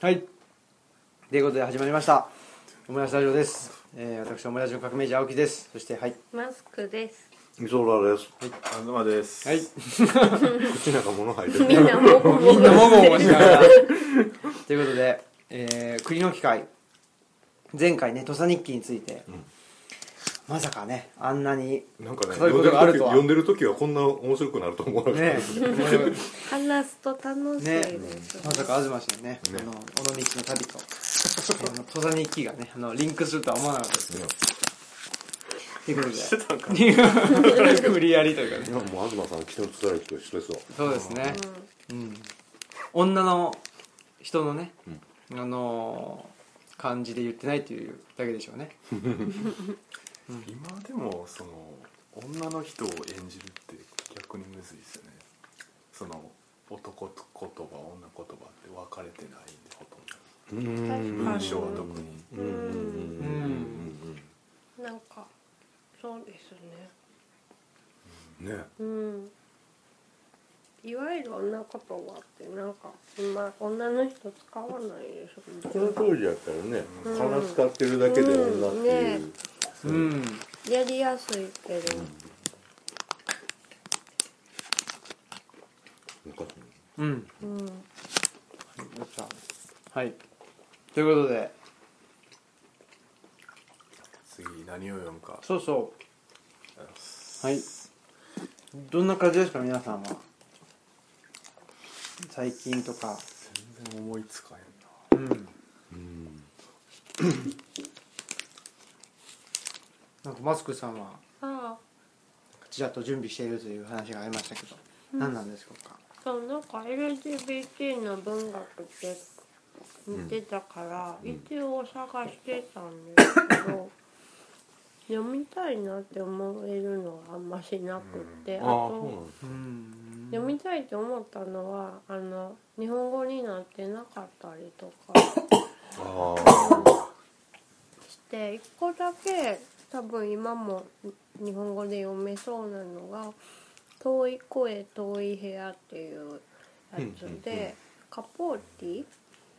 はいということで始まりましたオムライスラジオです、えー、私オムライスの革命児青木ですそしてはいマスクです。みそらです。東です。はい口なんか物入ってる。みんなもごも みんなもご。ごもごしながらということで、えー、国の機会前回ね土佐日記について、まさかねあんなになんかね、そういうこ読んでとるがある時とは読んでる時はこんな面白くなると思わなかっ たねです。話すと楽しいねです。まさか東氏のねねあの尾道の旅とあの土佐日記がねあのリンクするとは思わなかったですねという ことで無理やりというかねいやもう東さん気のつらい人一緒ですわ。そうですね、うん、女の人のね、あのー感じで言ってないっていうだけでしょうね今でもその女の人を演じるって逆にむずいですよね。その男言葉女言葉って分かれてないんでほとんうーん。ど。文章は特に。うんうんうんなんかそうですね。うんね。うん。いわゆる女言葉ってなんか今女の人使わないでしょ。この当時やったらね、うん鼻使ってるだけで女っていううんね。うんやりやすいけど。なんかうんうん。よっしゃはいということで次何を読むか。そうそうはいどんな感じですか皆さんは最近とか全然思いつかへんな。うんうんなんかマスクさんはああ、ちらっと準備しているという話がありましたけど、何なんでしょうかそうなんか LGBT の文学って似てたから、一応探してたんですけ ど。読みたいなって思えるのがあんましなくって、あああ、とそうなんです。うん読みたいと思ったのはあの日本語になってなかったりとかあして一個だけ多分今も日本語で読めそうなのが「遠い声遠い部屋」っていうやつうんうんうでカポーティ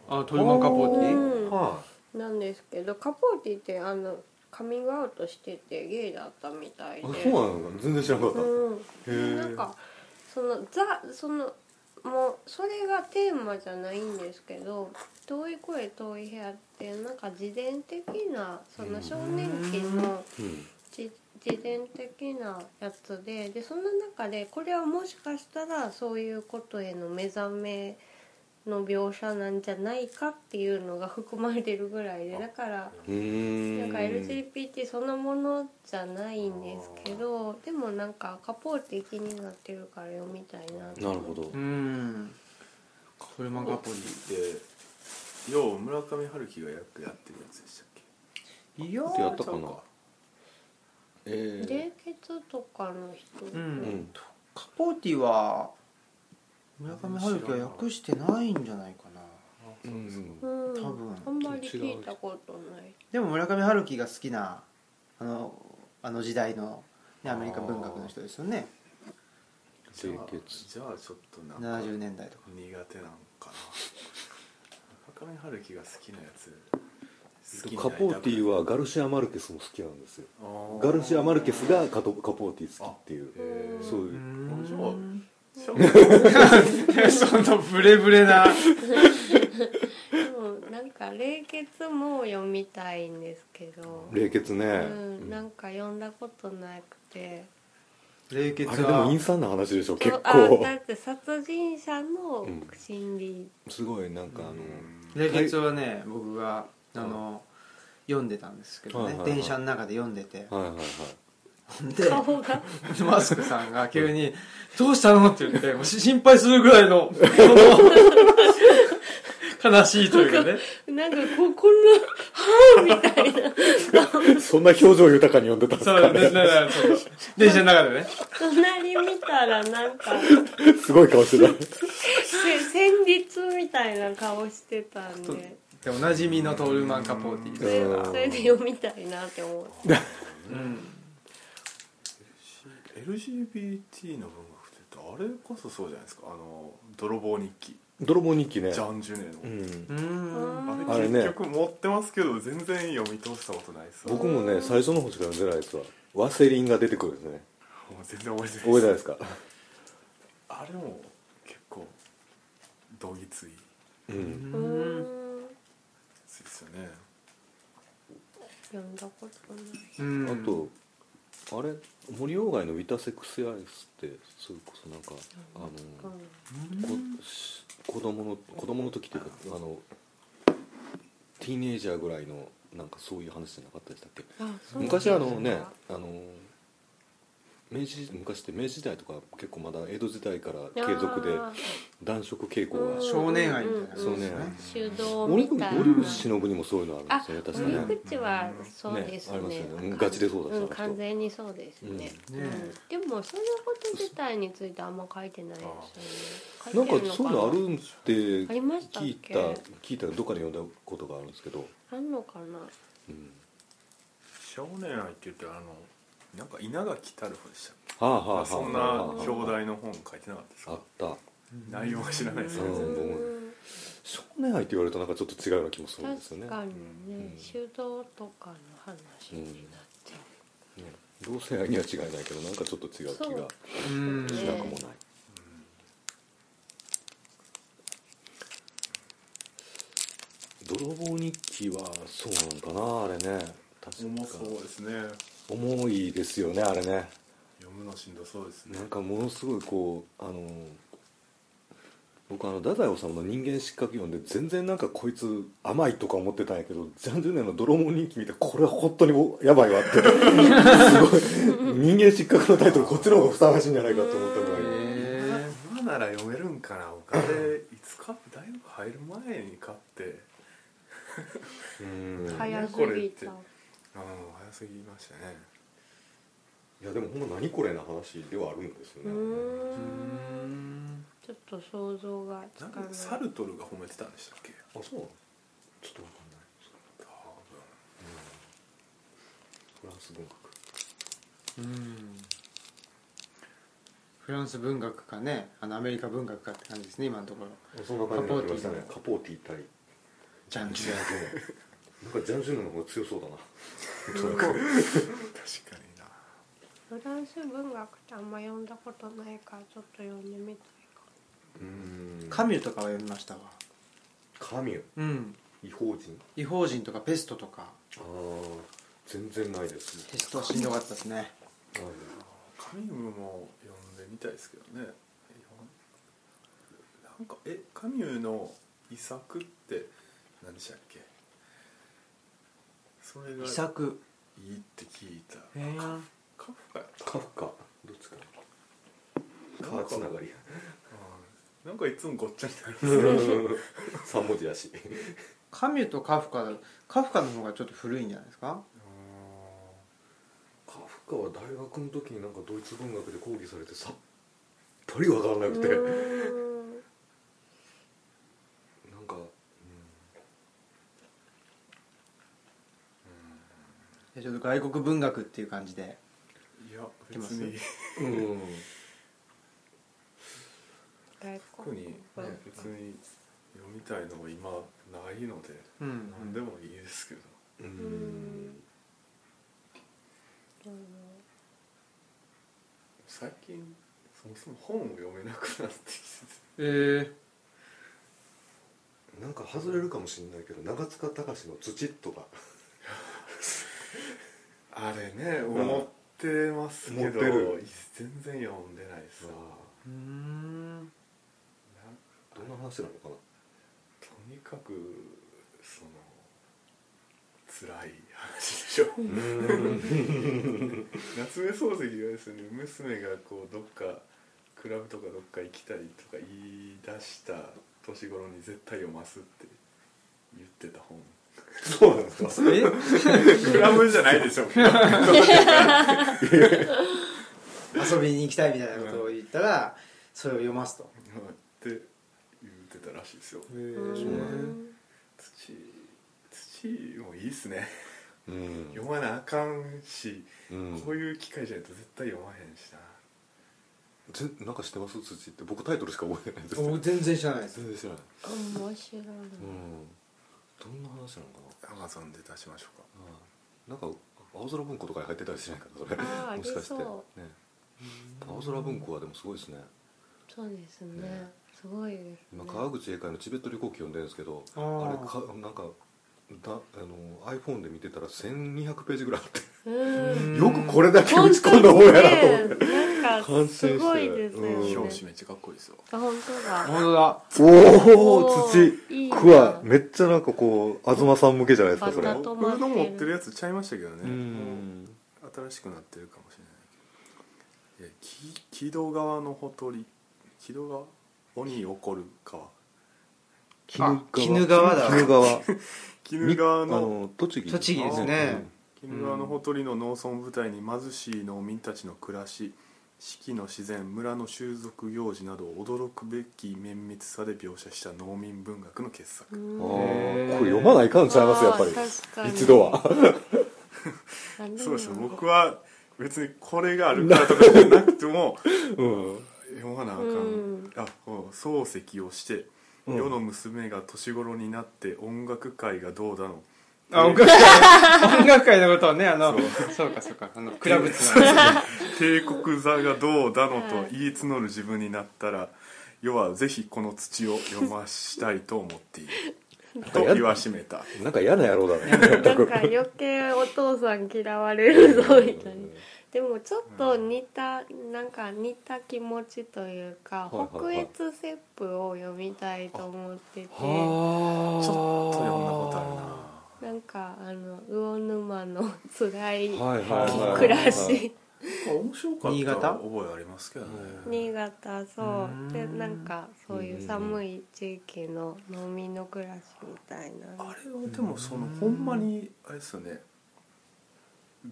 あトルマンカポーティうんあ。はなんですけどカポーティってあのカミングアウトしててゲイだったみたいい。あ、で。そうなのか。全然知らなかった。うん、へえなんかそのザそのもうそれがテーマじゃないんですけど「遠い声遠い部屋」ってなんか自伝的なその少年期のうん。じ自伝的なやつででその中でこれはもしかしたらそういうことへの目覚めの描写なんじゃないかっていうのが 含まれてるぐらいでだから。うーん。なんか LGBT そのものじゃないんですけどでもなんかカポーテ気になってるから読みたいななるほどう。んトルマンカポーティで、よう村上春樹が役やってるやつでしたっけ。いややったかな。ええ。冷血とかの人、ううんん。カポーティは村上春樹は訳してないんじゃないかなうん。うん多分あんまり聞いたことないでも村上春樹が好きなあのあの時代の、ね、アメリカ文学の人ですよねじゃあ清潔じゃあちょっとなんか70年代とか苦手なんかな村上春樹が好きなやつカポーティはガルシア・マルケスも好きなんですよガルシア・マルケスががカトカポーティ好きっていうへーそうういう、ん小学 そのブレブレなでもなんか冷血も読みたいんですけど、冷血ね、うん、なんか読んだことなくて冷血あれでもは陰惨な話でしょ結あ構だって殺人者の心理、すごいなんかあの、冷血はね僕があの読んでたんですけどはいねはいはい電車の中で読んでてはいはいはいで顔がマスクさんが急に「どうしたの?」って言ってもう心配するぐらいの 悲しいというかねなんかこうこんな「はぁ」みたいな。 そんな表情豊かに読んでたんですそうかねねねねそう電車の中でね隣見たらなんかすごい顔してたせ戦慄みたいな顔してたんででおなじみのトールマン・カポーティそですれうんそれで読みたいなって思ってうん、 LGBT の文学って誰こそそうじゃないですかあの泥棒日記泥棒日記ねジャン・ジュネうの、んうーんあれあれね結局持ってますけど全然読み通したことないですもう僕もね最初の方しか読んでないやつはワセリンが出てくるんですね全然覚えてない覚えてないですかあれも結構どぎついうんうーんですよね読んだことないうんあとあれ森鴎外の「ビタセクシアリス」ってそれこそなんかあのこし子供の子供の時っていうかあのティーネイジャーぐらいのなんかそういう話じゃなかったでしたっけあそう昔あのねあの明治昔って明治時代とか結構まだ江戸時代から継続であー男色傾向うがん少年愛みたいなそうね手動折み口たいな折口忍にもそういうのああるんですよね確か折ね口はそうですねねありますよねあガチでそうだしんあの人完全にそうですね,、ううんんねでもそのこと自体についてあんま書いてないですよねな書んいてかそういうのあるんってありましたっ聞いけた聞いたどっかで読んだことがあるんですけど、あんのかなうん、少年愛って言ってあのなんか稲垣太郎でしたっけはあはあはあそはあんなはあはあ表題の本書いてなかったですあかった内容は知らないですけどう全ん然うん少年愛って言われるとなんかちょっと違うような気もするんですよね確かにねうん手動とかの話になっちゃね同性愛には違いないけどなんかちょっと違う気そうがうんしなくもない、泥棒日記はそうなのかなあれね確重かそうですね重いですよねあれね読むのしんどそうですねなんかものすごいこうあの僕あの太宰治の「人間失格」読んで全然なんかこいつ甘いとか思ってたんやけどジャン・ジュネの「泥棒人気」見てこれは本当にもうやばいわってすごい人間失格のタイトルこっちの方がふさわしいんじゃないかと思ったぐらいへ今なら読めるんかな僕あれいつか大学入る前に買ってうんうん う早すこれっぎてた早すぎましたねいやでもほんま何これな話ではあるんですようね、ーんんちょっと想像がつなかんなかいサルトルが褒めてたんでしたっけあそうなのちょっとわかんない多分フランス文学うんフランス文学かねあのアメリカ文学かって感じですね今のところそんな感じになってましたねカポーティ対ジャンジジャン・ジュネなんかジャン・ジュネの方が強そうだな確かになフランス文学ってあんま読んだことないからちょっと読んでみたいかうんカミュとかは読みましたわカミュうん異邦人異邦人とかペストとかああ全然ないですペストはしんどかったですねあーカミングも読んでみたいですけどねなんかえカミューの遺作って何でしたっけそれが遺作いいって聞いたへーカフカやったカフカどっちかなんかカつながりやうんなんかいつもごっちゃになるんですよ 3文字だしカミュとカフカだカフカの方がちょっと古いんじゃないですかカフカは大学の時になんかドイツ文学で講義されてさっぱりわから なくてうーんなんかじゃあちょっと外国文学っていう感じでいやきま別すにうん外特国に、ね文学、別に読みたいのが今ないのでうん、何でもいいですけどううんんどうも最近そもそも本を読めなくなってきててえー、なんか外れるかもしれないけど長塚隆の「土」とかあれねん思ってます思けどってる全然読んでないですわうーんなんどんな話なのかなとにかくその辛い話でしょ 夏目漱石がですね娘がこうどっかクラブとかどっか行きたいとか言い出した年頃に絶対読ますって言ってた 本そうなんですかえクラブじゃないで しょ遊びに行きたいみたいなことを言ったらそれを読ますとって言ってたらしいですよへうーん土土もいいっすねうん読まなあかんし、うんこういう機会じゃないと絶対読まへんしなぜなんか知ってます土って僕タイトルしか覚えてないんですけど僕全然知らないです全然知らない面白いなうんどんな話なのかアマゾンで出しましょうなかなんか青空文庫とかに入ってたりしないかなそれあーもしかして、あねりそ、青空文庫はでもすごいですねそうですねねすごいですね今川口英会のチベット旅行記読んでるんですけどああーれかなんかだあの iPhone で見てたら1200ページぐらいあってうんよくこれだけ打本ち当込んだ方やなと思ってにねなんかすごいですようんね表紙めっちゃかっこいいですよあ本当だ本当だおおおー土いいなくわめっちゃなんかこう東さん向けじゃないですかそバれタ僕との持ってるやつちゃいましたけどねうもうん新しくなってるかもしれないけどいやき木戸川のほとり木戸川鬼怒る川あ鬼怒川だ鬼怒川鬼怒川あのの栃木栃木ですね鬼怒川のほとりの農村を舞台に貧しい農民たちの暮らし四季の自然村の習俗行事などを驚くべき綿密さで描写した農民文学の傑作うあんーこれ読まないかんちゃいますやっぱありー確かに一度は 何そうですよなんだ僕は別にこれがあるからとかじゃなくて もうん読まなあかん、うんあこう漱石をして、うん世の娘が年頃になって音楽界がどうだのあ音楽会音楽会のことはねあのそうかそうかあのクラブツアー帝国座がどうだのはとい言い募る自分になったら世はぜひこの土を読ましたいと思っていると言わしめたなんか嫌な野郎だねなんか余計お父さん嫌われるぞみたいなでもちょっと似たなんか似た気持ちというかはいはい北はい越セップを読みたいと思っててはあちょっと読んだことあるななんかあの魚沼の辛いはいはいはい暮らし面白った新潟覚えありますけどね新潟そうでうんなんかそういう寒い地域の農民の暮らしみたいあれなはでもそのほんまにあれですよね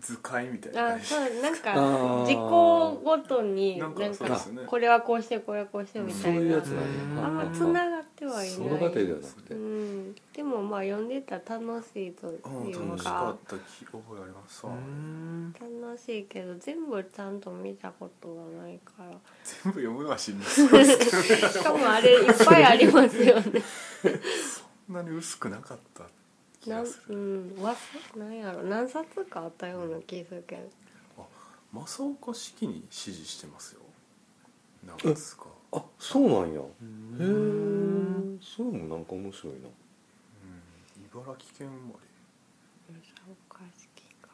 図解みたいなあ感じそうなんあかー時効ごとにななんんかかそうですよねこれはこうしてこれはこうしてみたそういいうなやつなんやあんまつながってはいない物語ではなくてうん、でもまあ読んでたら楽しいといううんか,、楽しかった記覚えありますわ楽しいけど全部ちゃんと見たことがないから全部読むのはしんどそうですけどねしかもあれいっぱいありますよね そんなに薄くなかった 気ながん、すうるん、わなんやろ何冊かあったような気するけど正岡子規に支持してますよなんですかあそうなんやへんえそういうのもなんか面白いなうん茨城県生まおかしきか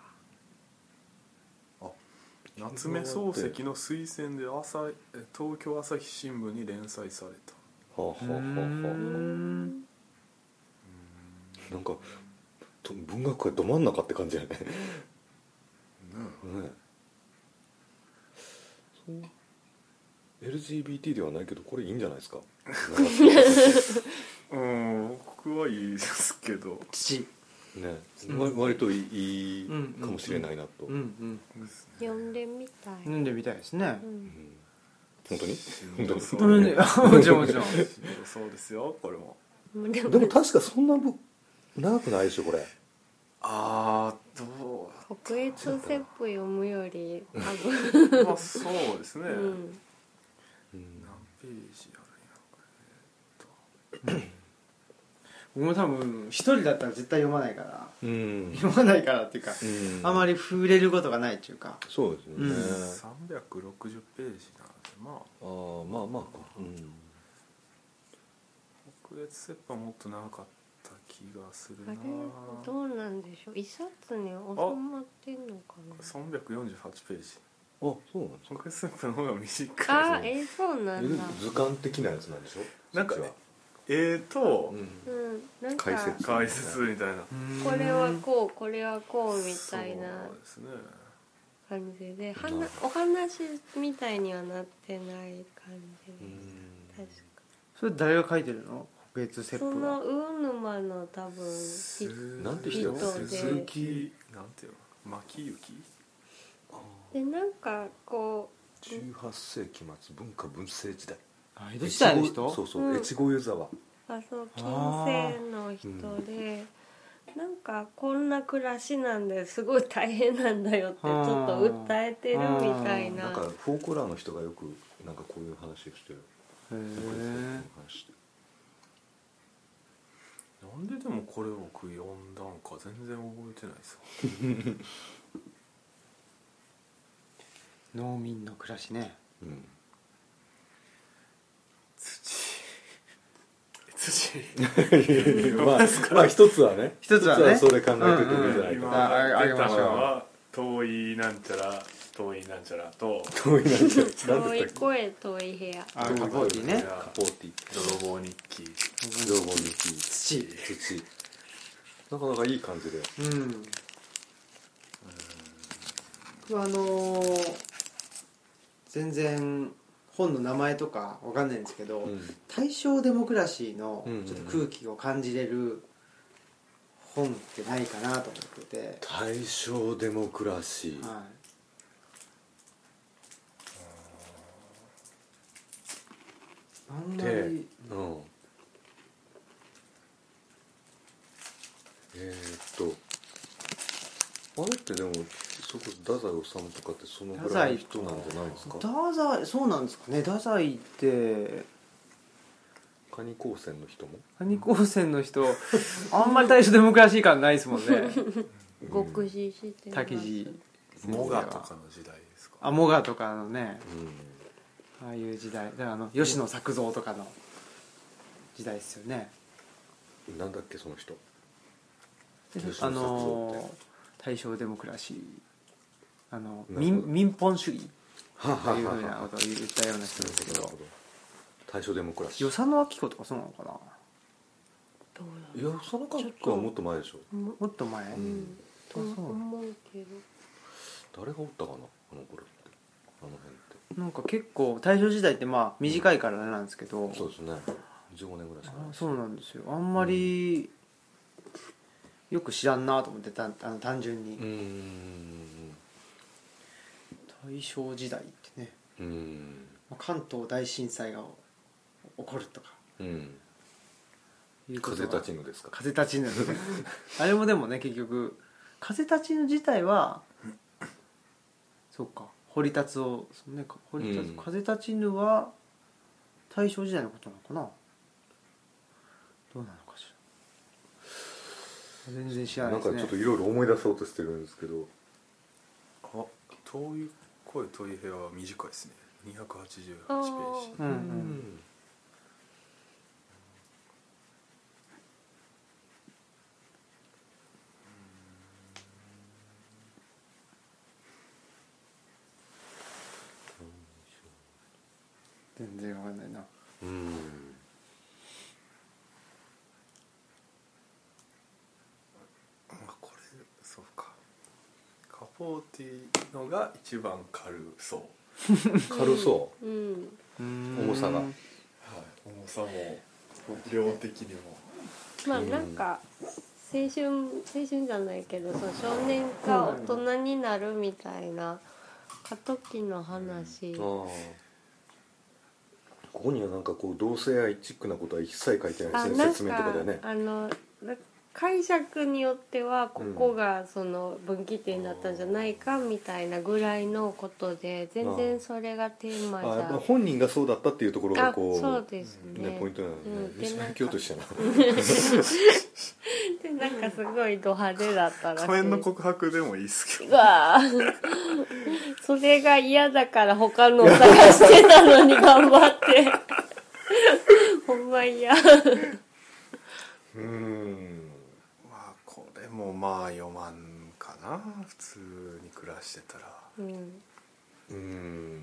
れ夏目漱石の推薦で朝え東京朝日新聞に連載されたはあはあはあはうあんなんかと文学界ど真ん中って感じやねねえそう LGBT ではないけどこれいいんじゃないで すかうん僕はいいですけど土ねわ割といいいいうんかもしれないなと、うんうん読んでみたい、飲んでみたいですねうん本当に本当に飲んで もちろんもちろんそうですよこれもでもでも確かそんなぶ長くないでしょこれああど北越セップ読むより多分、うまあそうですね、うん、うん何ページあるんやろ僕も多分一人だったら絶対読まないから うん、読まないからっていうかうんあまり触れることがないっていうかそうですよね、うん360ページなのでまあああまあまあかうん北越セップはもっと長かった気がするあなれどうなんでしょう一冊に収まってんのかな348ページあそうなんですか北越セップの方が短あいえーそうなんだ図鑑的なやつなんでしょなんかそっちはえーとうんうんなんか解説解説みたいなこれはこうこれはこうみたいなそうですね感じではななるお話みたいにはなってない感じうでんす、それ誰が書いてるの北越セ確かップそはの魚沼の多分いなんて人だ人鈴木なんていうの牧行でなんかこ18世紀末文化文政時代あ江戸時代の越後そ人うそううん越後湯沢うあそう金あー星の人で、なんかこんな暮らしなんですごい大変なんだよってちょっと訴えてるみたいななんかフォークラーの人がよくなんかこういう話をしてへるえなんででもこれ僕読んだんか全然覚えてないさ農民の暮らしねうん土土まあ、まあ一つはね一つはねそれ考えていくべきじゃない今かあああ出げたましょうのは遠いなんちゃら遠いなんちゃらと遠いな何でした遠いっけ声遠い部屋あカポーティねカポーティ泥棒日記情報に土土なかなかいい感じでうん僕はあのー全然本の名前とかわかんないんですけど、うん大正デモクラシーのうんうんうんちょっと空気を感じれる本ってないかなと思ってて、大正デモクラシーはいあんまでりうんえー、っとあれってでもそれこそ太宰治とかってそのぐらいの人なんじゃないですか太宰そうなんですかね太宰ってカニ高専の人も谷高専の人あんまり大正デモクラシー感ないですもん ね極秘してます竹地モガとかの時代ですかあモガとかのねうああいう時代だからあの吉野作造とかの時代ですよねんなんだっけその人吉野作造あっての大正デモクラシーあのなるほ民ど民本主義はあとはあいうはふうあなはあことを言ったような人なでるすけほどなるどほど大正デモクラシー与謝野明子とかそうなのかなどういやその格好はもっと前でしょなのもっと前、ううんんと思うけど誰がおったかなあの頃ってあの辺ってなんか結構大正時代ってまあ短いからあれなんですけど、そうですね15年ぐらいしかあないそうなんですよあんまりよく知らんなと思ってたあの単純に、うーん大正時代ってねうーんまあ関東大震災が起こるとかうんいうこと風が立ちぬですか風立ちぬ あれもでもね結局風立ちぬ自体はそうか堀達夫そうねか堀達夫うん風立ちぬは大正時代のことなのかなどうなのかしら全然知らなないんですかねちょっといろいろ思い出そうとしてるんですけどあ遠い声遠い部屋は短いですね288ペあージーうんううん全然わかんないなうんあこれそうかカポーティのが一番軽そう軽そうん重重さがはい重さも量的 にもまあなんか青春青春じゃないけどその少年が大人になるみたいな過渡期の話、うああここにはなんかこう同性愛チックなことは一切書いてなあいですなねん説明とかでねあのな解釈によってはここがその分岐点だったんじゃないかみたいなぐらいのことで全然それがテーマじあやっぱゃ本人がそうだったっていうところがあこうそうですねねポイントなのねうんでな西ん村か京都したなで なんかすごいド派手だったらしい仮面の告白でもいいっすけうわあそれが嫌だから他のを探してたのに頑張ってほんま嫌うーんどまあこれもまあ4万かな普通に暮らしてたらうんうーん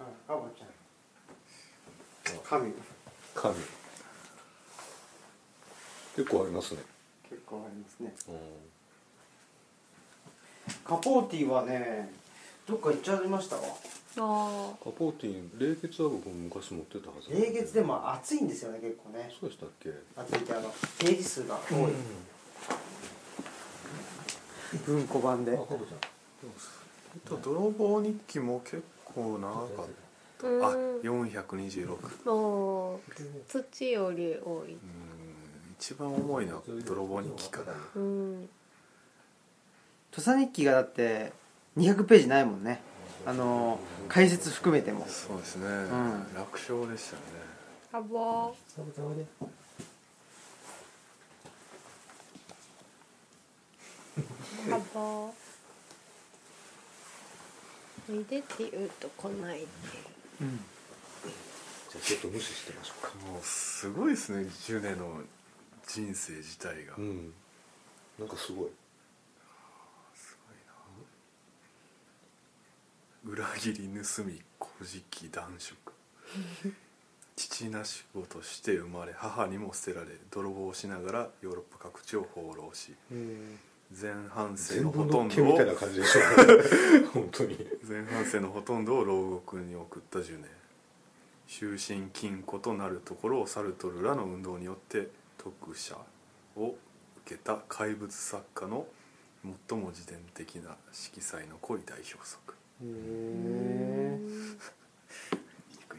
あぼちゃん神神結構ありますね結構ありますねうんカポーティはねどっか行っちゃいましたわあカポーティン冷血は僕昔持ってたはずなん冷月でも暑いんですよね結構ねそうでしたっけ暑いってあのページ数が多い、文庫版であかぼちえっと泥棒日記も結構長かあっうたあん426もうゃ土より多いうん一番重いのは泥棒日記かなうん土佐日記がだって200ページないもんねあの解説含めてもそうですね、ん楽勝でしたねあぼーあぼーおいでって言うと来ないってうんじゃあちょっと無視してみましょうかもうすごいですねジュネの人生自体が、うすんなんかすごいごいな裏切り盗み乞食男色父なし子として生まれ母にも捨てられ泥棒をしながらヨーロッパ各地を放浪し前半生全の部ほとのん毛どみをたいな感じでしょ 本当に前半生のほとんどを牢獄に送った10年終身禁錮となるところをサルトルらの運動によって特赦を受けた怪物作家の最も自伝的な色彩の濃い代表作へ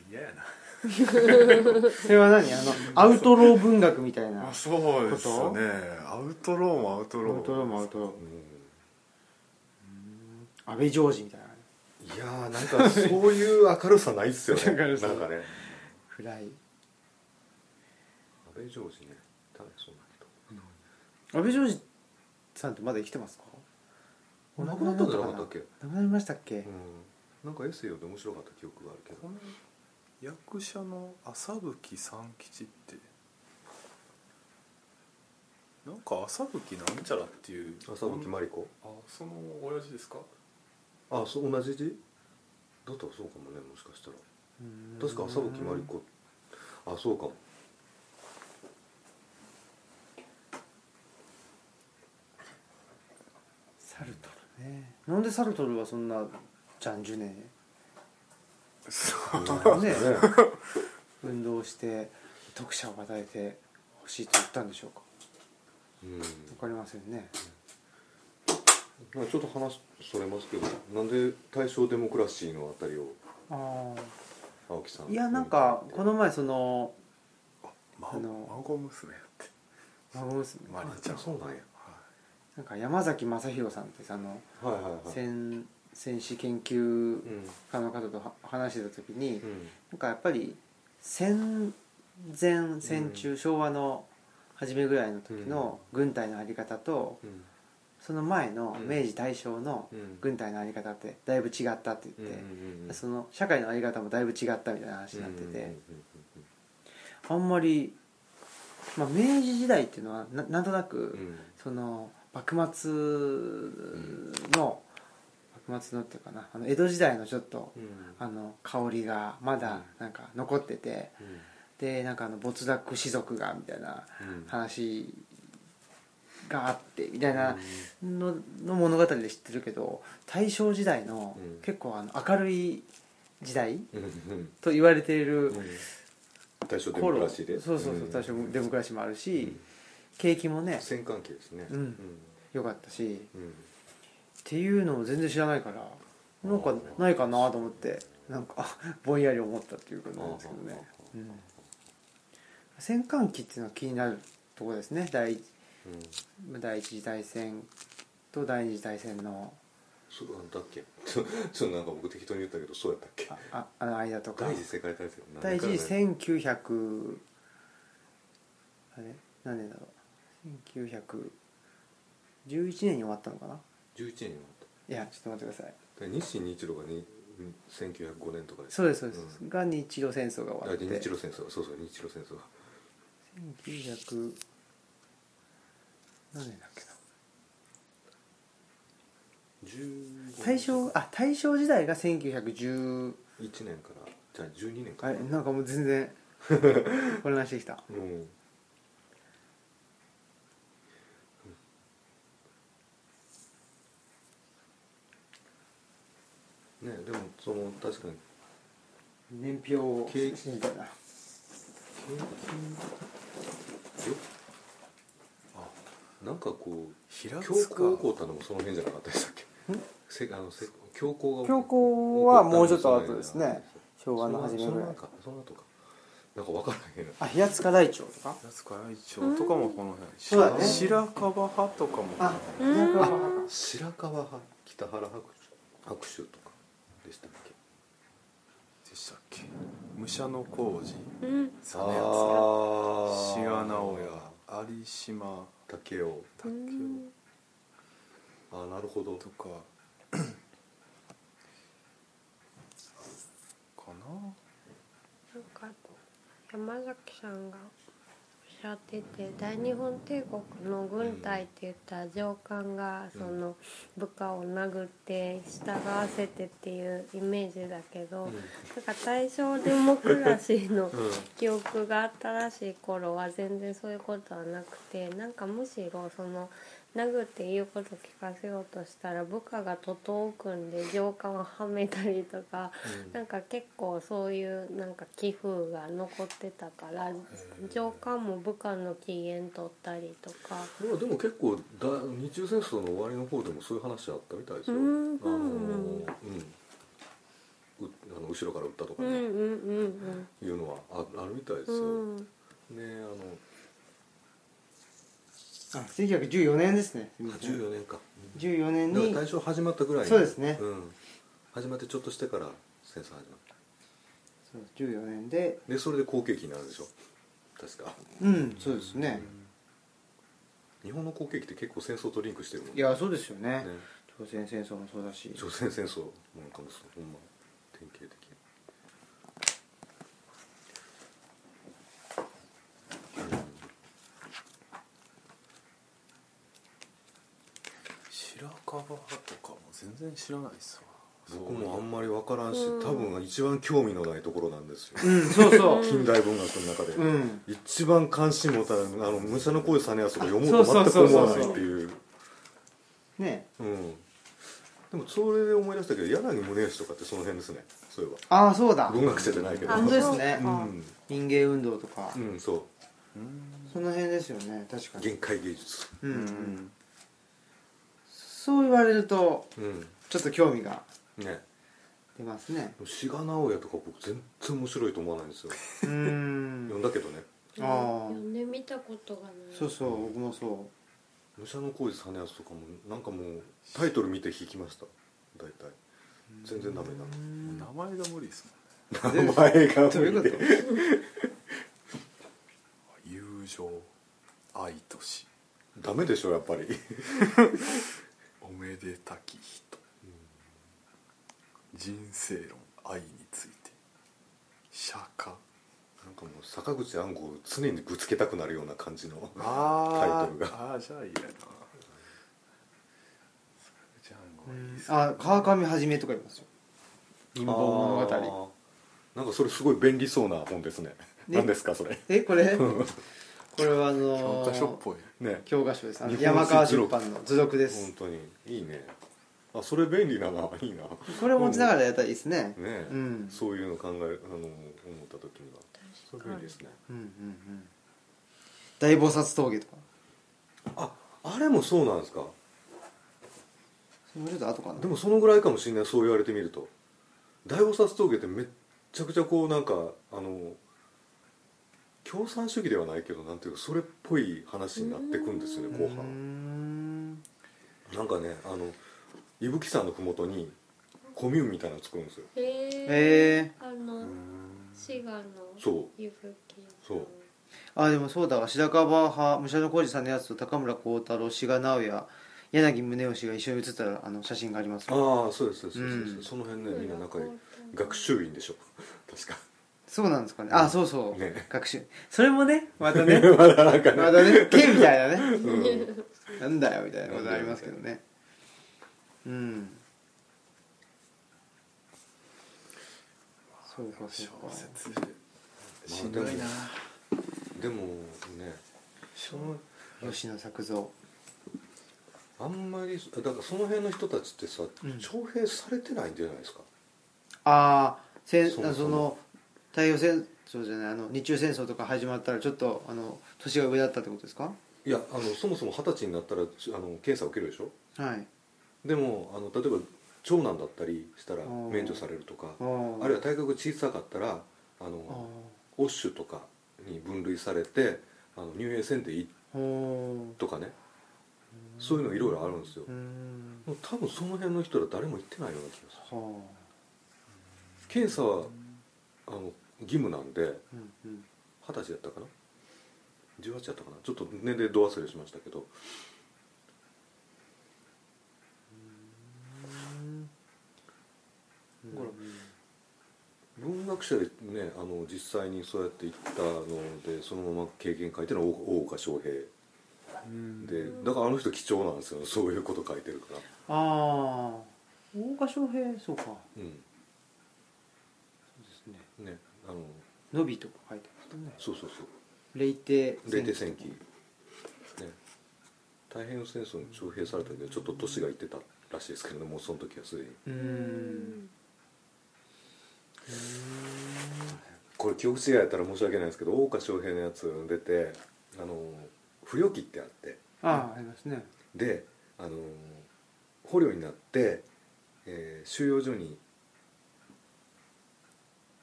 嫌やなえそれは何あのアウトロー文学みたいなあアそうですよねアウトローもアウトローウトローもアウトローう安倍ジョージみたいなんいやーなんかそういう明るさないっす よね明るさなんかね暗い安倍ジョージね誰そんな人安倍ジョージさんってまだ生きてますかお亡くなったんじゃなかったっけ亡くなりましたっけ、なんかエッセイ読んで面白かった記憶があるけどこの役者の朝吹三吉ってなんか朝吹なんちゃらっていう朝吹まり子あその親父ですかあそう同じ字だったらそうかもねもしかしたらうん確か朝吹まり子あそうかもサルトルねなんでサルトルはそんなジャンジュネそうねね 運動して読者を与えてほしいと言ったんでしょうかうんわかりませんねまあちょっと話それますけどなんで大正デモクラシーのあたりをあ青木さんあいやなんかこの前そのまあの孫娘やって孫娘マリちゃあんそうなんやなんか山崎正弘さんってさあのはいはいはい戦戦史研究うん家の方とは話してた時にうんなんかやっぱり戦前戦中昭和の初めぐらいの時の軍隊のあり方とうんその前のうん明治大正のうん軍隊のあり方ってだいぶ違ったってう言んってうんうんその社会のあり方もだいぶ違ったみたいな話になっててあんまり、まあ、明治時代っていうのはななんとなうくんその幕末の幕末のっていうかなあの江戸時代のちょっとうんあの香りがまだなんか残っててうんでなんかあの没落士族がみたいなうん話があってみたいなのの物語で知ってるけど大正時代のうん結構あの明るい時代うんうんと言われているうん大正デモク頃ラシーでそうそうそう大正デモクラシーもあるし景気もね戦関係ですねうん良かったしうんうんっていうのを全然知らないからなんかないかなと思ってなんか あぼんやり思ったっていうことなんですけどね、うん、戦艦機っていうのは気になるところですね第一うん第一次大戦と第二次大戦のそうなんだっけちょちょっとなんか僕適当に言ったけどそうやったっけあああの間とか第一次世界大戦の第何一回だよ次1900あれ何年だろう1911年に終わったのかな11年になっいやちょっと待ってくださいたで日清日露がにうん1905年とかでそうですそうです、うが日露戦争が終わあって日露戦争そうそう日露戦争1900何年だっけな15大正あ大正時代が1910 1年からじゃあ12年かあれなんかもう全然混乱してきたうんうんねでもその確かに年表を景みたいなえなんかこう平強行起こ塚ったのもその辺じゃなかったでしたっけんせあのせ強行が起こ教皇はもうちょっと後ですね昭そ和のの初めぐそらのい後かその後かなんか分からへんあ平塚大鳥とかやつから一応とかもこの辺そうだね白樺派とかもこの辺うんうん白川派北原白白州とかでしたっけでしたっけ武者の工事うん実篤志賀直哉有島竹雄武雄あなるほどとかかななんか山崎さんがおっしゃってて大日本帝国の軍隊って言ったら上官がその部下を殴って従わせてっていうイメージだけど、なんか大正デモクラシーの記憶があったらしい頃は全然そういうことはなくてなんかむしろその殴って言うこと聞かせようとしたら部下が徒党を組んで上官をはめたりとか、なんか結構そういうなんか寄付が残ってたから上官も部下の機嫌取ったりとか。まあでも結構だ日中戦争の終わりの方でもそういう話あったみたいですようあんのーうんうあの後ろから撃ったとかうんうね、んうんいうのはああるみたいですうよ、んうんねあのあ1914年ですねあ14年か、 14年だからに大正始まったぐらいのそうですねうん、始まってちょっとしてから戦争始まっそう14年でたでそれで好景気になるでしょ確かうんそうですね日本の好景気って結構戦争とリンクしてるもんいやそうですよねね朝鮮戦争もそうだし朝鮮戦争なんかもそうほんま典型的白樺派とかも全然知らないっすわ僕もあんままり分からんしうん多分一番興味のないところなんですようんそうそう近代文学の中で、うん一番関心持たないあの武者の声さねやそこ読もうと全く思わないっていうねうんでもそれで思い出したけど柳宗悦とかってその辺ですねそういえああそうだば文学者じゃないけど本当ですねうん、民芸運動とかうん、そうその辺ですよね確かに限界芸術ううんうんそう言われるとうんちょっと興味がね出ますね志賀直哉とか僕全然面白いと思わないんですようーん読んだけどねあー読んでみたことがないそうそう僕もそ武者の工事実篤とかもなんかもうタイトル見て引きました大体全然ダメううん名前が無理ですだ名前がどういうこともんね友情愛としダメでしょやっぱりおめでたき人、人生論愛について釈迦なんかもう坂口安吾を常にぶつけたくなるような感じのタあイトルがあーじゃあ嫌やなジャンゴはいいっすねあ川上はじめとか言いますよ貧乏物語あーなんかそれすごい便利そうな本ですねね何ですかそれえこれこれはあ教のー科書っぽいね教科書ですあの日本史山川出版の図録で本す当にいいねあそれ便利だないいなこれを持ちながらやったらいいですねうんね、うんそういうの考えあの思った時にはそ確かれ便利にですねうんうんうん大菩薩峠とかああれもそうなんですかそれもちょっと後かなでもそのぐらいかもしれないそう言われてみると大菩薩峠ってめっちゃくちゃこうなんかあの共産主義ではないけどなんていうかそれっぽい話になってくんですよね後うー半んなんかねあの伊吹山の麓にコミューンみたいなの作るんですよへええあの滋賀のそうゆぶきそうー、あでもそうだわ白樺派武者の浩二さんのやつと高村光太郎志賀直哉柳宗悦が一緒に写ったあの写真がありますああそうですそうです、そうですうんその辺ねみんな仲良い学習院でしょ 確かそうなんですかねあそうそう、ね学習それもねまたね まだなんかねまたね剣みたいなねうんなんだよみたいなことありますけどねうんそうかそ小うか説しんどいなでもね小吉野作造あんまりだからその辺の人たちってさ、うん徴兵されてないんじゃないですかああ戦そうそうあその太陽戦争じゃないあの日中戦争とか始まったらちょっとあの年が上だったってことですかいやあのそもそも二十歳になったらちあの検査を受けるでしょはいでもあの例えば長男だったりしたらあー免除されるとかあーあるいは体格が小さかったらあのあーオッシュとかに分類されてあの入園せんでいいほとかねそういうのいろいろあるんですよううーんもう多分その辺の人ら誰も行ってないような気がするは検査はあの義務なんであうんうん二十歳だったかな18だったかなちょっと年齢度忘れしましたけどほら文学者でねあの実際にそうやって行ったのでそのまま経験書いてるのは大大岡翔平でだからあの人貴重なんですよそういうこと書いてるからああ大岡翔平そうかそううんですねねあの伸びとか書いてますねそうそうそう霊帝冷帝戦記ね太平洋戦争に徴兵されたけどちょっと年がいってたらしいですけどねもうその時はすでにうーんこれ記憶違いやったら申し訳ないですけど大岡翔平のやつ出てあの不良期ってあってああありますねであの捕虜になって、えー収容所に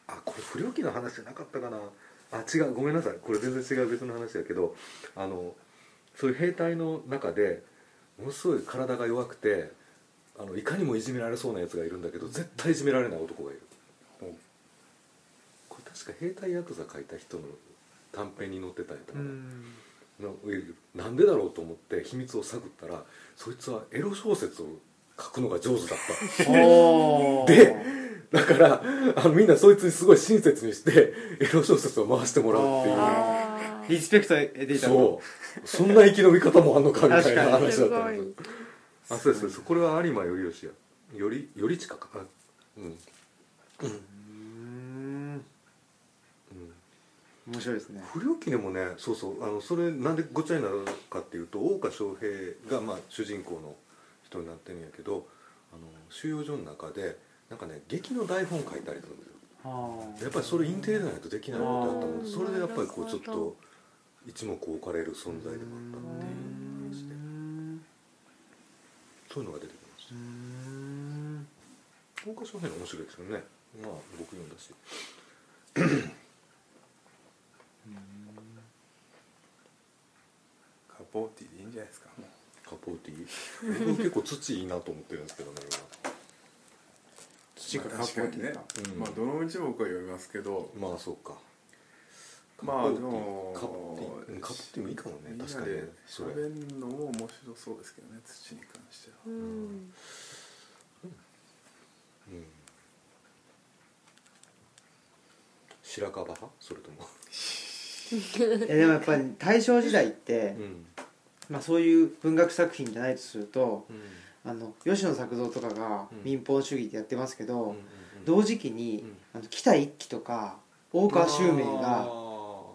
あこれ不良期の話じゃなかったかなあ違うごめんなさいこれ全然違う別の話だけどあのそういう兵隊の中でものすごい体が弱くてあのいかにもいじめられそうなやつがいるんだけど絶対いじめられない男がいるもうこれ確か兵隊ヤクザ書いた人の短編に載ってたんやったうかーな、んななんでだろうと思って秘密を探ったらそいつはエロ小説を書くのが上手だったおーでだからあのみんなそいつにすごい親切にしてエロ小説を回してもらうっていうあーリスペクト得ていたそうそんな生き延び方もあんのかみたいな確かに話だすったごんいですあそうですそうですこれは有馬頼義やよりより近かあうんうーんうん面白いですね不良記でもねそうそうあのそれなんでごっちゃになるかっていうと大岡翔平が、まあ、主人公の人になってるんやけどあの収容所の中でなんかね劇の台本書いたりするんですよはあやっぱりそれインテリじゃないとできないことだったもんあでーそれでやっぱりこうなちょるほどっと一目置かれる存在でもあったっていう話でうーんそういうのが出てきましうーんた大岡翔平の面白いですよねまあ僕読んだしカポーティーでいいんじゃないですかもカポーティー僕結構土いいなと思ってるんですけどね土がまかあっこ確かいいにねか、うんまあどのうち僕は読みますけど今まあそうかまあでもカップティーカップティーもいいかもねみんなで確かにねそれ喋るのも面白そうですけどね土に関してはうんうん白樺派それともいやでもやっぱり大正時代ってう、んまあ、そういう文学作品じゃないとするとうんあの吉野作造とかがうん民放主義ってやってますけど、うんうん同時期に、うんあの北一輝とか大川秀明あーがも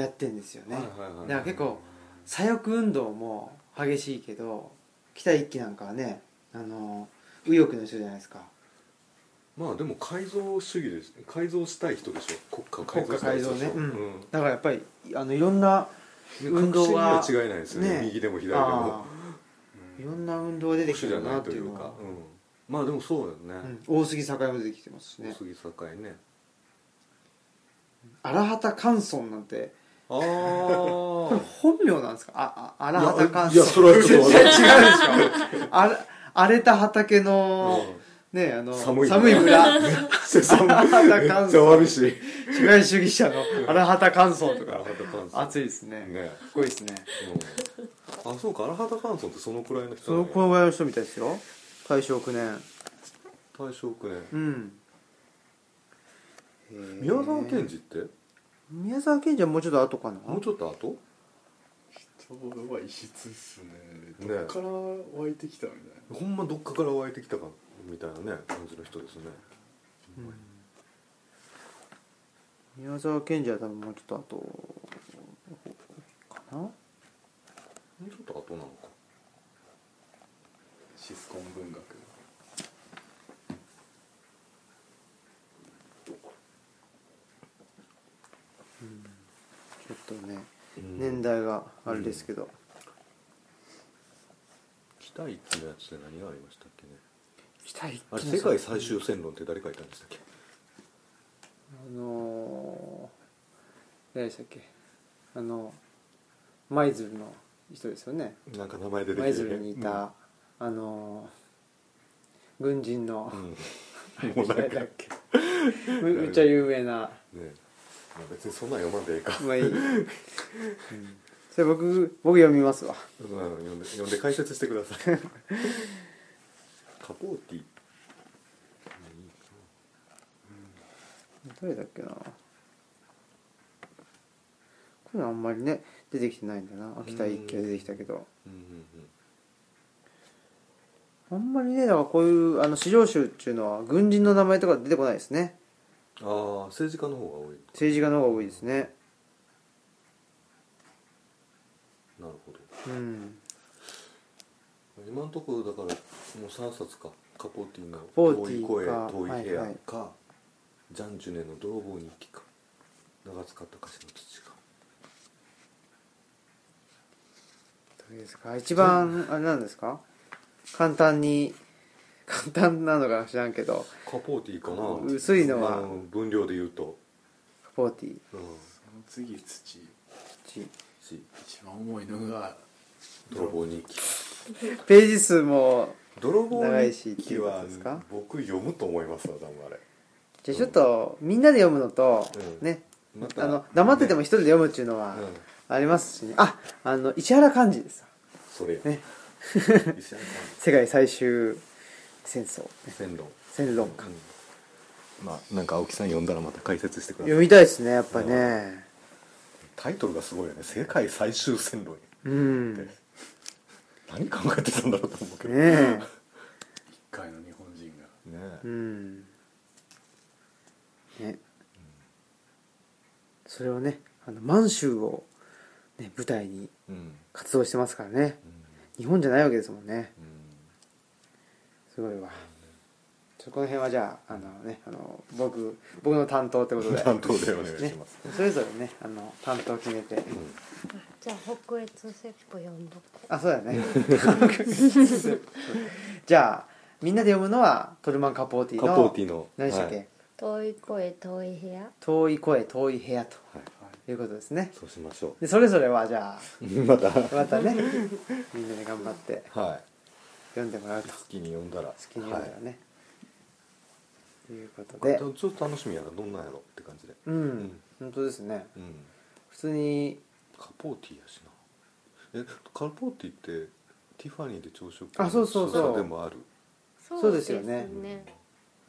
やってんですよね、はいはいはいだから結構左翼運動も激しいけど北一輝なんかはねあの右翼の人じゃないですかまあでも改造主義です改造したい人でしょ国家を改造したい人国で家しょ改造ねだからやっぱりあのいろんなうん運動は革新には違いないですよねね右でも左であもーいろんな運動が出てきて保守じゃるなないってといいううのかは、うんまあでもそうだようねん大杉栄も出てきてますし大ね杉栄ね荒畑寛村なんてあ あ本名なんですかああ荒畑寛村いやそれ はちょっと分かんない違うでしょあれ荒れた畑の、ねあの寒い寒い村 寒めっちゃ悪いし社会主義者の荒畑寛村とか熱いいですねねかっこいいですねうんあそうか荒畑乾燥ってそのくらいの人そのなんやこのぐらいの人みたいですよ大正9年大正九年うん宮沢賢治って宮沢賢治はもうちょっと後かなもうちょっと後人は異質っすねねどっから湧いてきたみたいなほんまどっかから湧いてきたかみたいなね感じの人ですね宮沢賢治は多分もうちょっと後かなもうちょっと後なのかシスコン文学ちょっとねうん年代があれですけど、北一揆のやつで何がありましたっけね北一あれ世界最終戦論って誰書いたんでしたっけあの誰でしたっけあの舞鶴の人ですよねなんか名前出てきて舞鶴にいた、あの軍人の、うんもう なん誰かだっけめめっちゃ有名なねまあ別にそんなん読まんでええか、 まあいい、うんそれ僕僕読みますわうん、読んで読んで解説してくださ いカポーティどれだっけなこれあんまりね出てきてないんだな秋田一家出てきたけどうんあんまりねだからこういうあの市場集っていうのは軍人の名前とか出てこないですねうんうんああ政治家の方が多い政治家の方が多いですねなるほどうん今のところだからもう3冊かカポーティの「ポー遠ティい声か遠い部はいは屋い」か、ジャン・ジュネの「泥棒日記」か長塚隆の土かどれですか一番あれなんですか簡単に簡単なのか知らんけどカポーティかな薄いのはあ分量で言うとカポーティうんその次土チし一番重いのが泥棒日記ページ数も泥棒長いし日って記いうこはとですか僕読むと思いますわ多分あれじゃあちょっとみんなで読むのとうんねまたあの黙ってても一人で読むっていうのはうんありますしねああの石原幹二です それやね石原世界最終戦争さんの線路戦論かうんまあなんか青木さん読んだらまた解説してくださ読いみたいですねやっぱねタイトルがすごいよね「世界最終線路へ」うんね何考えてたんだろうと思うけどねえ一回の日本人がうえんねそれをねあの満州を、ね、舞台にうん活動してますからねうん日本じゃないわけですもんねうんすごいわそこの辺はじゃああのねあの僕僕の担当ってことで担当でお願いしますね、それぞれねあの担当決めて、じゃあ北越セップ読んどこあそうだよね じゃあみんなで読むのはトルマン・カポーティのカポーティの何でしたっけ、はい遠い声遠い部屋遠い声遠い部屋とはいいうことですねそうしましょでそれぞれはじゃう またあまた ねみんなで頑張ってはい読んでもらうと好好きに読んだら好きに読むからね、ということはいでちょっと楽しみやなどんなんやろって感じでうん、ん本当ですねうん普通にカポーティやしなえカポーティってティファニーで朝食あそうそうそうでもあるそうですよねそうです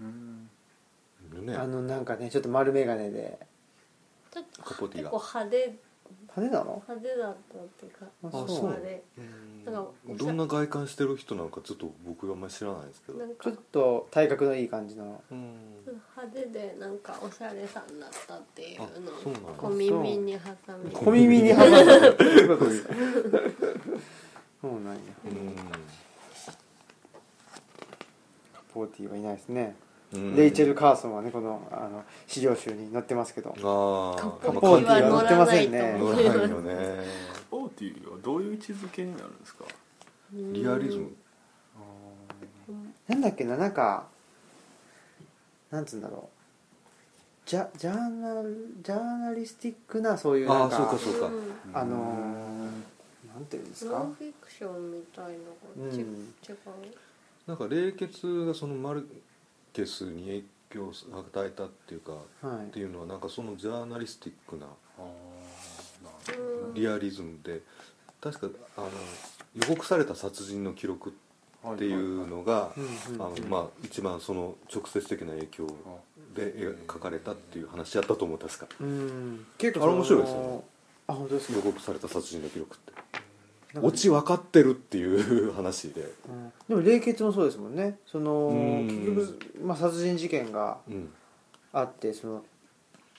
うんよねあのなんかねちょっと丸眼鏡でちょっカとポティ結が構派手派手なの派手だったっていうかあ結構そうあれうんなんかおしゃどんな外観してる人なんかちょっと僕はあんまり知らないですけどなんかちょっと体格のいい感じのうん派手でなんかおしゃれさんだったっていうのあそうなんだを小耳に挟み小耳に挟 まるということですかそうなんやうカポーティーはいないですね、んレイチェル・カーソンはねこのあの資料集に載ってますけどああカカポポーーテティィはは乗乗ららなないいとと思思乗うらないよねカポーティはどういう位置づけになるんですかリアリズムなんだっけななんかなんつうんだろうジャジャーナルジャーナリスティックなそういうなんかあーそうかそううんあのーなんていうんですノかンフィクションみたいなうんち違うなんか冷血がそのマルケスに影響を与えたっていうかはっていうのはなんかそのジャーナリスティックなああなるほどうんリアリズムで確かあの予告された殺人の記録っていうのがい、うんうんあのまあ一番その直接的な影響で描かれたっていう話やったと思う確かうん結あれ面白いですよねあ本当です予か告された殺人の記録ってなんかオチ分かってるっていう話で、うんでも冷血もそうですもんねそのうん結局、まあ、殺人事件がうんあってその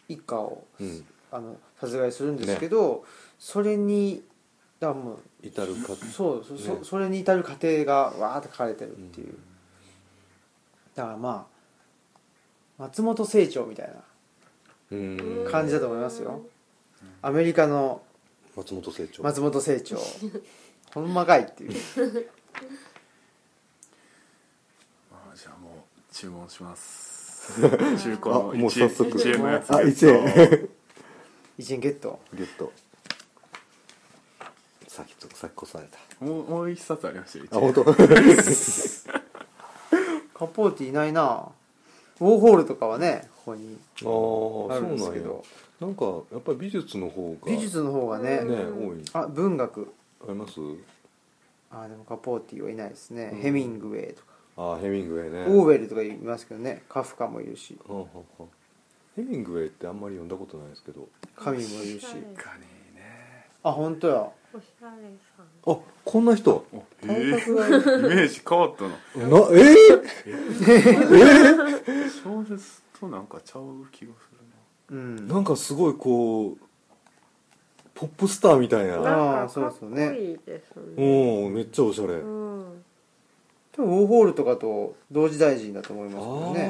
一家をうん、あの殺害するんですけど、それにだからもう至るかそうそ,、ねそそれに至る過程がわーって書かれてるっていう、うんだからまあ松本清張みたいなうん感じだと思いますよアメリカの松本清張松本清張ほんまかいっていうあーじゃあもう 注 文します中古のあもう早速1円のやつあ一円そう一円ゲットゲットさっきとさっきこされたもうもう一冊ありましたよ 一あ応本当カポーティいないなウォーホールとかはねここにあああそうるなんんですけやどなんかやっぱり美術の方が美術の方がねね多いあ文学ありますあでもカポーティはいないですね、うんヘミングウェイとか、あヘミングウェイねオーウェルとかいますけどねカフカもいるしはんはんはんヘミングウェイってあんまり読んだことないですけど神もいるしおしゃれ確かにねあ本当やおしゃれさんあこんな人おへ体えイ格がメージ変わったのなえ小説となんかちゃう気がするなうー、んなんかすごいこうポップスターみたいあなーなんかそうかでっすよこねいいですうねんめっちゃおしゃれ、うんでもウォーホールとかと同時代人だと思いますけどねああ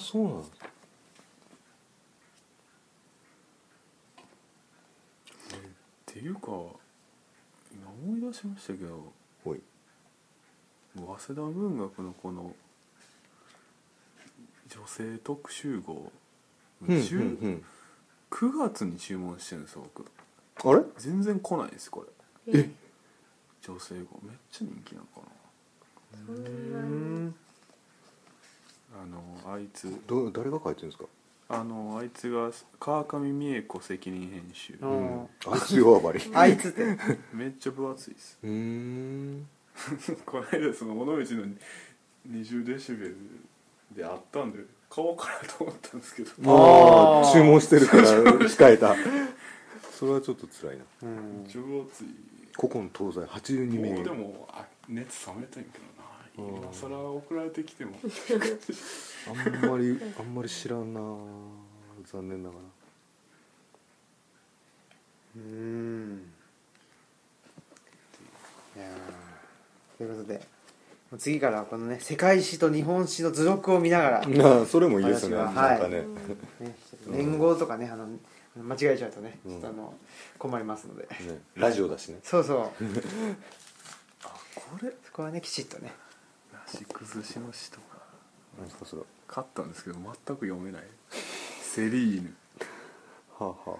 そうなんっていうか今思い出しましたけどほい早稲田文学のこの女性特集号、うんうんじゅうん9月に注文してるんですよ僕あれ全然来ないですこれえ女性号めっちゃ人気なのかそんうな にんなあのあいつど誰が書いてるんですかあのあいつが川上美恵子責任編集ううんんあいつ弱張りあいつってめっちゃ分厚いです うーんこの間その尾道の20デシベルであったんで買おうかなと思ったんですけどああーあ注文してるから控えたそれはちょっと辛いなうん一応分厚い古今東西82名もうでもあ熱冷めたんやけどうんな今更送られてきてもあんまりあんまり知らんな残念ながうんいやーということでもう次からはこのね世界史と日本史の図録を見ながら、ね、らなあそれもいいですね私なはんかはねちょっと年号とかねあの間違えちゃうとねちょっとあの困りますので、ねラジオだしねそうそうあこれそこはねきちっとねなし崩しの詩とか何ですかそれは買ったんですけど全く読めないセリーヌあはあはあわ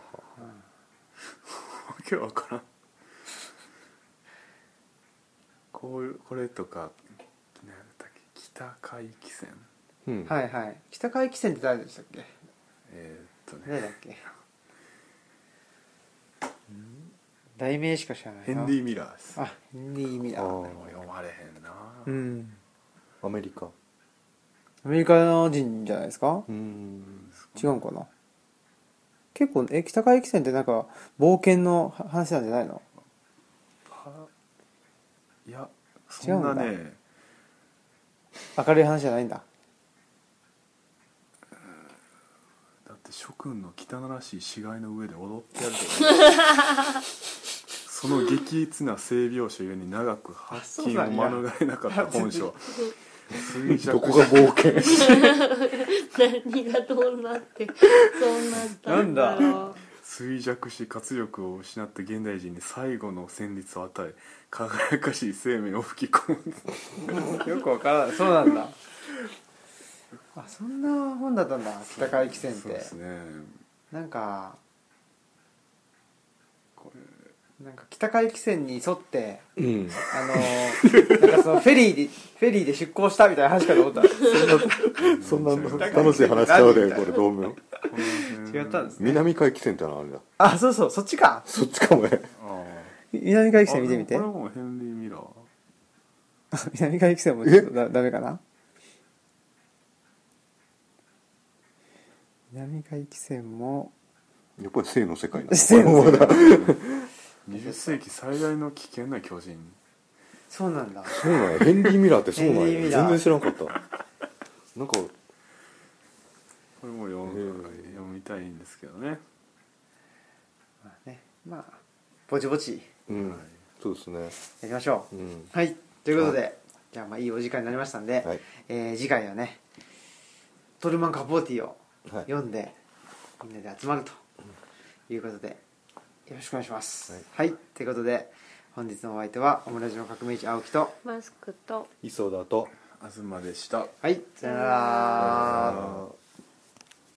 けわからんこういうこれとか何だったっけ北海汽船うんはいはい北海汽船って誰でしたっけえーっとね誰だっけ題名しか知らないなヘンリー・ミラーですあヘンリー・ミラあーーでも読まれへんなうんアメリカアメリカ人じゃないですかうーん違うんかな結構え北海汽船ってなんか冒険の話なんじゃないのパいやそんな違うね明るい話じゃないんだだって諸君の汚らしい死骸の上で踊ってやるとかその激烈な性描写ゆえに長く発禁を免れなかった 本書は衰弱どこが冒険何がどうなってそうなったんだろう衰弱し活力を失った現代人に最後の旋律を与え輝かしい生命を吹き込むよくわからないそうなんだ あそんな本だったんだ北海汽船っそうでてすねなんかこなんか北海汽船に沿ってうんあの ーなんかそのフェリーでフェリーで出航したみたいな話かと思ったそんな違う楽しい話ちゃうでこれ同盟れこの辺違ったんですね南海汽船ってのはあれだあそうそうそっちかそっちかもねああ南海汽あ船見てみてでもこれもヘンリー・ミラー 南海汽船もちょっとだダメかな南海汽船もやっぱり性の世界な性の世界まだ20世紀最大の危険な巨人 そうなんだそうなんやヘンリー・ミラーってそうなんヘンリーやミラ全ー然知らんかったなんかこれも読むへえ読みたいんですけどねまあねまあぼちぼちうんそうですねやりましょう、うんはいということで、じゃあまあいいお時間になりましたんで、はいえー次回はねトルマン・カポーティをはい読んで、みんなで集まるということでよろしくお願いしますはいはい、ということで本日のお相手はオムラジの革命児青木とマスクと磯田と東でしたはいさよなさよらあー